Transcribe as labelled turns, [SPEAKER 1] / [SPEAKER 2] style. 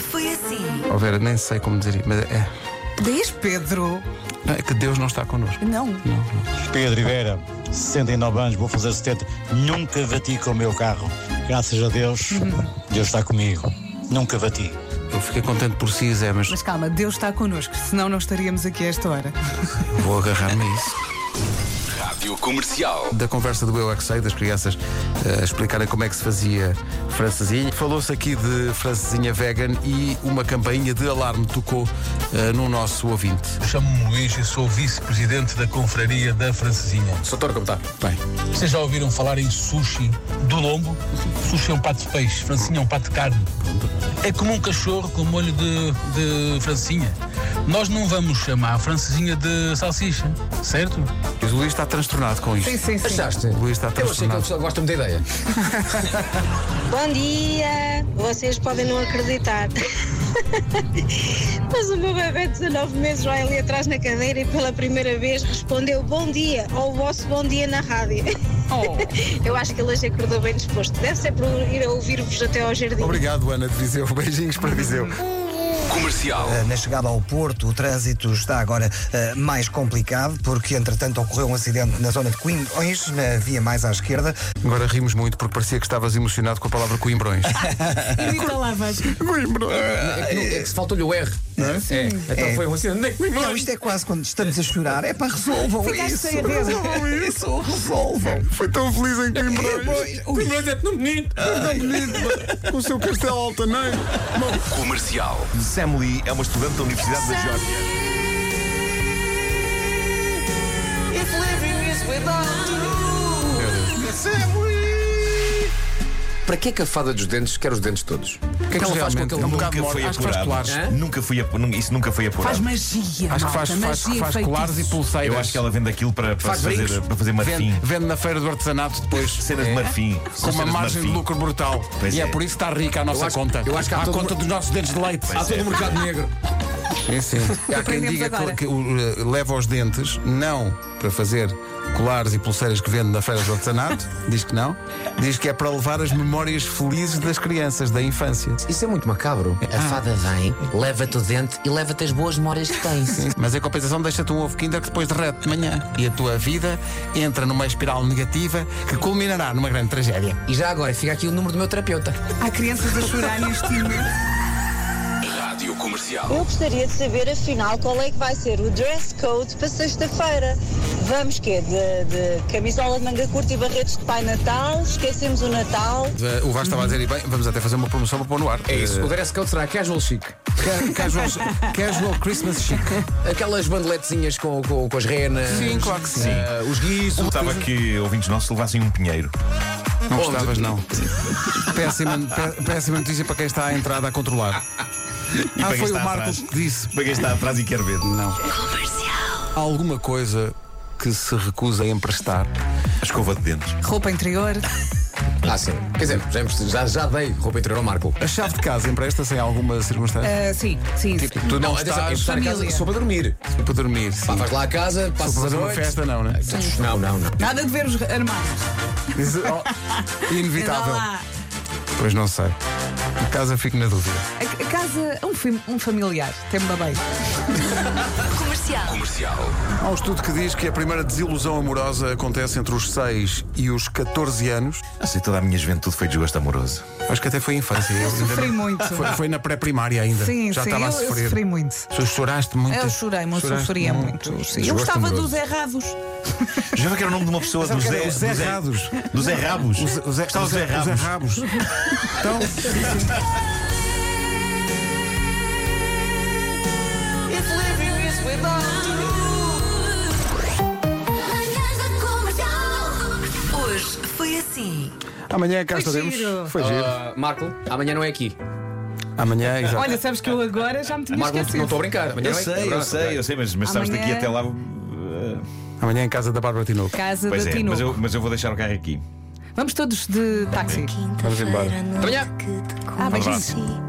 [SPEAKER 1] assim?
[SPEAKER 2] Oh Vera, nem sei como dizer, mas é,
[SPEAKER 1] Diz, Pedro.
[SPEAKER 2] não, é que Deus não está connosco.
[SPEAKER 1] Não.
[SPEAKER 2] Não, não.
[SPEAKER 3] Pedro Vera, 69 anos, vou fazer 70. Nunca bati com o meu carro. Graças a Deus, Deus está comigo. Nunca bati.
[SPEAKER 2] Eu fiquei contente por si, Zé, mas
[SPEAKER 1] Mas calma, Deus está connosco, senão não estaríamos aqui a esta hora.
[SPEAKER 2] vou agarrar-me a isso.
[SPEAKER 4] Rádio Comercial.
[SPEAKER 2] da conversa do Eu é que Sei, das crianças eh, explicarem como é que se fazia francesinha. Falou-se aqui de francesinha vegan e uma campainha de alarme tocou eh, no nosso ouvinte.
[SPEAKER 5] Chamo-me Luís e sou vice-presidente da confraria da Francesinha.
[SPEAKER 6] Doutor, como está?
[SPEAKER 2] Bem,
[SPEAKER 5] Vocês já ouviram falar em sushi do lombo? Sushi é um pato de peixe, francinha é um pato de carne. É como um cachorro com molho de, de francinha. Nós não vamos chamar a francesinha de salsicha, certo?
[SPEAKER 2] mas o Luís está transtornado com isto.
[SPEAKER 1] Sim, sim, sim.
[SPEAKER 6] Achaste?
[SPEAKER 2] O Luís está
[SPEAKER 6] Eu achei que a
[SPEAKER 2] transtornado.
[SPEAKER 6] pessoa gosta muito da ideia.
[SPEAKER 7] Bom dia! Vocês podem não acreditar. Mas o meu bebê de 19 meses vai ali atrás na cadeira e pela primeira vez respondeu bom dia ou o vosso bom dia na rádio. Eu acho que ele hoje acordou bem disposto. Deve ser por ir a ouvir-vos até ao jardim.
[SPEAKER 2] Obrigado, Ana de Viseu. Beijinhos para Viseu.
[SPEAKER 4] Comercial.
[SPEAKER 8] Eh, Na chegada ao Porto, o trânsito está agora eh, mais complicado, porque entretanto ocorreu um acidente na zona de Coimbrões, na via mais à esquerda.
[SPEAKER 2] Agora rimos muito porque parecia que estavas emocionado com a palavra coimbrões.
[SPEAKER 1] Grita lá, Vasco.
[SPEAKER 6] É que, não- é que se faltou-lhe o R, não é? É. Então
[SPEAKER 8] É.
[SPEAKER 6] foi um acidente.
[SPEAKER 8] Não, isto é quase quando estamos a chorar. É para resolvam
[SPEAKER 1] Ficaste
[SPEAKER 8] isso.
[SPEAKER 1] sem a ver.
[SPEAKER 8] Resolvam isso, resolvam.
[SPEAKER 2] Foi tão feliz em
[SPEAKER 8] Pois,
[SPEAKER 6] O Coimbra é tão bonito.
[SPEAKER 2] com o seu castelo altaneiro.
[SPEAKER 4] Comercial.
[SPEAKER 9] Sam Lee é uma estudante da Universidade da Geórgia.
[SPEAKER 6] Para que é que a fada dos dentes quer os dentes todos? O que é que ela faz com aquele
[SPEAKER 2] um bocado
[SPEAKER 9] Nunca
[SPEAKER 2] mole.
[SPEAKER 9] foi
[SPEAKER 2] Acho que faz
[SPEAKER 9] apurado.
[SPEAKER 2] colares.
[SPEAKER 6] Hã?
[SPEAKER 9] Nunca foi apu- nun- Isso nunca foi
[SPEAKER 1] Faz
[SPEAKER 9] apurado.
[SPEAKER 1] magia.
[SPEAKER 2] Acho que faz,
[SPEAKER 1] malta,
[SPEAKER 2] faz,
[SPEAKER 1] magia
[SPEAKER 2] faz
[SPEAKER 1] feitiço.
[SPEAKER 2] colares e pulseiras.
[SPEAKER 9] Eu acho que ela vende aquilo para, para,
[SPEAKER 6] Faz
[SPEAKER 9] se fazer,
[SPEAKER 6] brincos.
[SPEAKER 9] para fazer marfim.
[SPEAKER 2] Vende, vende na feira do artesanato depois.
[SPEAKER 9] Cenas de marfim. São
[SPEAKER 2] Com uma
[SPEAKER 9] cenas
[SPEAKER 2] margem de,
[SPEAKER 9] marfim.
[SPEAKER 2] lucro brutal.
[SPEAKER 9] Pois
[SPEAKER 2] e é.
[SPEAKER 9] é.
[SPEAKER 2] por isso que está rica a nossa
[SPEAKER 6] Eu acho-
[SPEAKER 2] conta.
[SPEAKER 6] eu acho que há
[SPEAKER 2] à
[SPEAKER 6] todo- um-
[SPEAKER 2] conta dos nossos dentes de leite.
[SPEAKER 6] Há todo o mercado negro.
[SPEAKER 2] Sim, sim. Há quem
[SPEAKER 1] Aprendemos
[SPEAKER 2] diga
[SPEAKER 1] agora.
[SPEAKER 2] que, que o, uh, leva os dentes, não para fazer colares e pulseiras que vende na feira do artesanato, diz que não, diz que é para levar as memórias felizes das crianças, da infância.
[SPEAKER 10] Isso é muito macabro. A fada vem, leva-te o dente e leva-te as boas memórias que tens.
[SPEAKER 2] Mas em compensação deixa-te um ovo kinder que depois derrete de manhã e a tua vida entra numa espiral negativa que culminará numa grande tragédia.
[SPEAKER 10] E já agora fica aqui o número do meu terapeuta.
[SPEAKER 1] Há crianças a chorar neste momento.
[SPEAKER 4] Rádio Comercial.
[SPEAKER 7] Eu gostaria de saber, afinal, qual é que vai ser o dress code para sexta-feira. Vamos quê? De, de camisola de manga curta e barretes de Pai Natal? Esquecemos o Natal?
[SPEAKER 2] Uh, O Vasco estava a dizer, e bem, vamos até fazer uma promoção para pôr no ar. Eh,
[SPEAKER 6] É isso. O dress code será casual chic.
[SPEAKER 2] Ca- Casual, casual Christmas chic.
[SPEAKER 6] Aquelas bandeletezinhas com, com, com as renas.
[SPEAKER 2] Sim, claro que sim.
[SPEAKER 6] eh, os guizos.
[SPEAKER 9] Gostava que ouvintes nossos levassem um pinheiro.
[SPEAKER 2] Não gostavas, não. Péssima, pé- péssima notícia para quem está à entrada a controlar.
[SPEAKER 9] E
[SPEAKER 2] Ah,
[SPEAKER 9] para quem
[SPEAKER 2] foi o
[SPEAKER 9] está
[SPEAKER 2] Marco
[SPEAKER 9] atrás.
[SPEAKER 2] que disse.
[SPEAKER 9] Para quem está atrás e quer ver.
[SPEAKER 2] Não. Há alguma coisa que se recusa a emprestar?
[SPEAKER 9] A escova de dentes.
[SPEAKER 1] Roupa interior.
[SPEAKER 6] Ah, sim. Quer dizer, já, já, já dei roupa interior ao Marco.
[SPEAKER 2] A chave de casa empresta-se em alguma
[SPEAKER 9] Eh,
[SPEAKER 2] circunstância?
[SPEAKER 1] Ah, sim, sim. sim.
[SPEAKER 2] Tipo, tu não,
[SPEAKER 6] atenção, eu
[SPEAKER 2] estás
[SPEAKER 6] estar em casa
[SPEAKER 1] família.
[SPEAKER 6] só para dormir.
[SPEAKER 2] para dormir.
[SPEAKER 6] Pá,
[SPEAKER 2] Sim.
[SPEAKER 6] vais lá a casa,
[SPEAKER 2] Para
[SPEAKER 6] passas a
[SPEAKER 2] fazer uma
[SPEAKER 6] noite.
[SPEAKER 2] festa, não, né?
[SPEAKER 6] Não, não, não.
[SPEAKER 1] Nada de ver os armários.
[SPEAKER 2] Isso, oh,
[SPEAKER 1] Anda
[SPEAKER 2] inevitável.
[SPEAKER 1] lá.
[SPEAKER 2] Pois não sei. Em casa fico na dúvida.
[SPEAKER 1] A, a casa, um, fam- um familiar. Tem-me bem.
[SPEAKER 4] Comercial.
[SPEAKER 2] Há um estudo que diz que a primeira desilusão amorosa acontece entre os 6 e os 14 anos.
[SPEAKER 9] Assim, toda a minha juventude foi desgosto amoroso.
[SPEAKER 2] Acho que até foi infância. Eu ainda
[SPEAKER 1] Sofri
[SPEAKER 2] não-
[SPEAKER 1] muito.
[SPEAKER 2] Foi, foi na pré-primária ainda.
[SPEAKER 1] Sim,
[SPEAKER 2] Já tá
[SPEAKER 1] sim,
[SPEAKER 2] estava a
[SPEAKER 1] eu, eu
[SPEAKER 2] sofrer.
[SPEAKER 1] sofri muito.
[SPEAKER 2] Tu choraste muito.
[SPEAKER 1] Eu chorei, mas
[SPEAKER 2] Choraste
[SPEAKER 1] sofria muito. sim. Eu
[SPEAKER 6] Desgosto
[SPEAKER 1] gostava
[SPEAKER 6] amoroso.
[SPEAKER 1] dos errados.
[SPEAKER 9] Já que era o nome de uma pessoa dos
[SPEAKER 2] que era
[SPEAKER 9] Zé.
[SPEAKER 2] o Zé Rados.
[SPEAKER 9] Dos Zé Rabos.
[SPEAKER 2] Os, os, os,
[SPEAKER 9] Gostava do Zé Rabos.
[SPEAKER 2] rabos. então,
[SPEAKER 1] Hoje foi assim.
[SPEAKER 2] amanhã é cá estaremos.
[SPEAKER 1] giro.
[SPEAKER 2] Foi giro.
[SPEAKER 6] Ah, Marco, amanhã não é aqui.
[SPEAKER 2] Amanhã, exato.
[SPEAKER 1] Olha, sabes que eu agora já me tinha
[SPEAKER 6] Marco, não
[SPEAKER 1] esquecido.
[SPEAKER 6] não estou a brincar. Amanhã
[SPEAKER 9] Eu
[SPEAKER 6] não é aqui.
[SPEAKER 9] sei, eu
[SPEAKER 6] Verdade,
[SPEAKER 9] sei, eu sei, mas, mas sabes
[SPEAKER 1] Amanhã-
[SPEAKER 9] daqui até lá. uh,
[SPEAKER 2] Amanhã em casa da Bárbara Tinoco.
[SPEAKER 1] Casa
[SPEAKER 9] Pois
[SPEAKER 1] da
[SPEAKER 9] é,
[SPEAKER 1] Tino.
[SPEAKER 9] mas eu, mas eu vou deixar o carro aqui.
[SPEAKER 1] Vamos todos de táxi.
[SPEAKER 2] Vamos embora.
[SPEAKER 6] Até amanhã.
[SPEAKER 1] Ah, beijinhos.
[SPEAKER 9] Abraço.